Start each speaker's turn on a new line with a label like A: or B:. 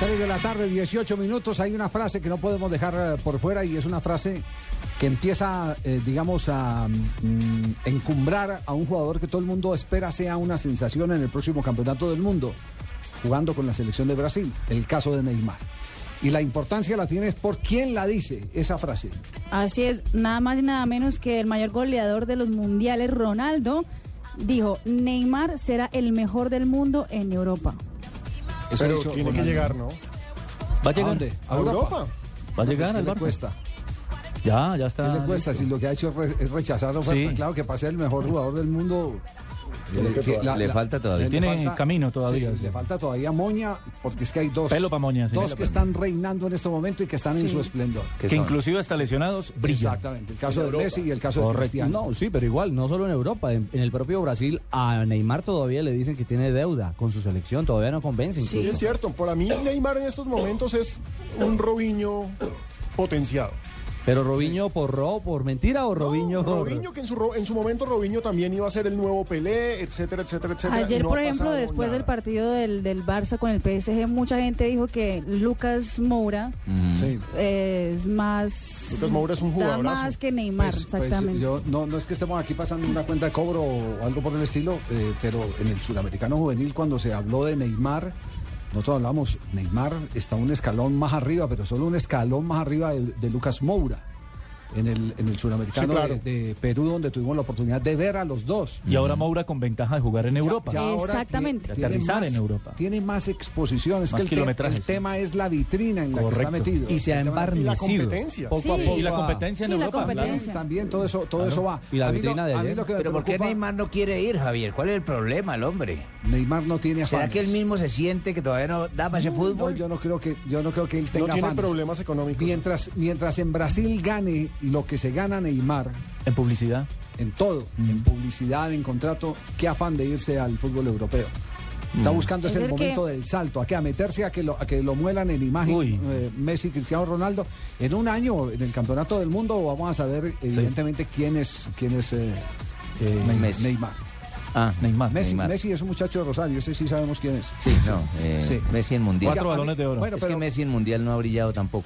A: 3 de la tarde, 18 minutos. Hay una frase que no podemos dejar eh, por fuera y es una frase que empieza, eh, digamos, a mm, encumbrar a un jugador que todo el mundo espera sea una sensación en el próximo campeonato del mundo, jugando con la selección de Brasil, el caso de Neymar. Y la importancia la tiene es por quién la dice esa frase.
B: Así es, nada más y nada menos que el mayor goleador de los mundiales, Ronaldo, dijo, Neymar será el mejor del mundo en Europa.
A: Eso
C: Pero
A: hizo
C: tiene que
A: Ronaldo.
C: llegar, ¿no?
D: Va
A: ¿A
D: a llegar.
A: dónde?
C: ¿A Europa?
D: Va a llegar
A: Pues, ¿qué
D: al
A: le
D: Barça.
A: cuesta?
D: Ya, ya está.
A: ¿Qué le cuesta
D: listo.
A: si lo que ha hecho es re- es rechazar la oferta?
D: Sí.
A: Claro que para ser el mejor jugador del mundo. eh,
E: le falta todavía.
D: Tiene camino todavía,
A: sí,
D: sí.
A: Le falta todavía moña, porque es que hay dos.
D: Pelo pa' moña, sí.
A: Dos
D: Pelo
A: que
D: pa'
A: están reinando en este momento y que están en su esplendor.
D: Que,
E: son?
D: inclusive hasta lesionados brilla.
A: Exactamente. El caso de Messi y el caso de
F: Correcto.
A: Cristiano.
F: No, sí, pero igual, no solo en Europa, en, en el propio Brasil, a Neymar todavía le dicen que tiene deuda con su selección, todavía no convence
B: Sí.
F: incluso.
C: Sí, es cierto. Para mí, Neymar en estos momentos es un Robinho potenciado.
F: Pero Robinho por ro, por mentira o Robinho.
C: No, Robinho, que en su, ro- en su momento Robinho también iba a ser el nuevo Pelé, etcétera, etcétera, etcétera.
B: Ayer,
C: No ha
B: por ejemplo,
C: pasado
B: después del
C: nada.
B: partido del, del Barça con el PSG, mucha gente dijo que Lucas Moura
A: Sí.
B: eh, es más...
C: Mm. Lucas Moura es un
B: Da
C: jugadorazo.
B: más que Neymar,
A: Pues- pues,
B: exactamente.
A: yo, no, no es que estemos aquí pasando una cuenta de cobro o algo por el estilo, eh, pero en el sudamericano juvenil cuando se habló de Neymar, nosotros hablamos, Neymar está un escalón más arriba, pero solo un escalón más arriba de, de Lucas Moura. En el, en el suramericano
C: Sí, claro.
A: de, de Perú, donde tuvimos la oportunidad de ver a los dos.
D: Y ahora Moura con ventaja de jugar en Europa.
A: Ya- ya ahora
B: Exactamente.
A: tie-
D: De
A: tiene
D: aterrizar
A: más-
D: en Europa.
A: Tiene más exposiciones.
D: Más
A: que el, te-
D: kilometrajes,
A: el
D: sí.
A: tema es la vitrina en la que está
D: Correcto.
A: metido.
F: Y se ha
A: El tema-
C: Y
F: embarnecido.
C: la competencia.
F: Poco a
B: Sí.
F: poco
D: Y la
F: va-
D: competencia en
B: Sí, la
D: Europa. claro.
B: competencia.
A: También todo eso, todo eso va.
F: Y
A: A
F: la
A: mí lo-
F: vitrina de
A: a mí
F: ayer.
A: lo que me
E: Pero ¿por qué
A: preocupa-
E: Neymar no quiere ir, Javier? ¿Cuál es el problema, el hombre?
A: Neymar no tiene afanes.
E: ¿Será que él mismo se siente que todavía no da para ese
A: No,
E: fútbol?
A: yo no creo que yo no creo que él tenga
C: No tiene
A: afanes.
C: problemas económicos.
A: Mientras mientras en Brasil gane lo que se gana Neymar
D: En publicidad.
A: en todo,
E: Mm.
A: en publicidad, en contrato, qué afán de irse al fútbol europeo. Está
E: Mm.
A: buscando
B: Es
A: ese
B: el que-
A: momento del salto, a que a meterse a que lo, a que lo muelan en imagen
D: Uy.
A: eh, Messi, Cristiano Ronaldo. En un año, en el campeonato del mundo, vamos a saber evidentemente quién es quién es eh, eh,
E: Messi.
A: Neymar.
E: Ah,
D: Neymar.
A: Messi,
E: Neymar.
A: Messi es un muchacho de Rosario, ese sí sabemos quién es.
E: Sí, no. eh,
A: Sí.
E: Messi en Mundial.
D: Cuatro balones de oro.
A: Bueno,
E: es
A: pero
E: que Messi en Mundial no ha brillado tampoco.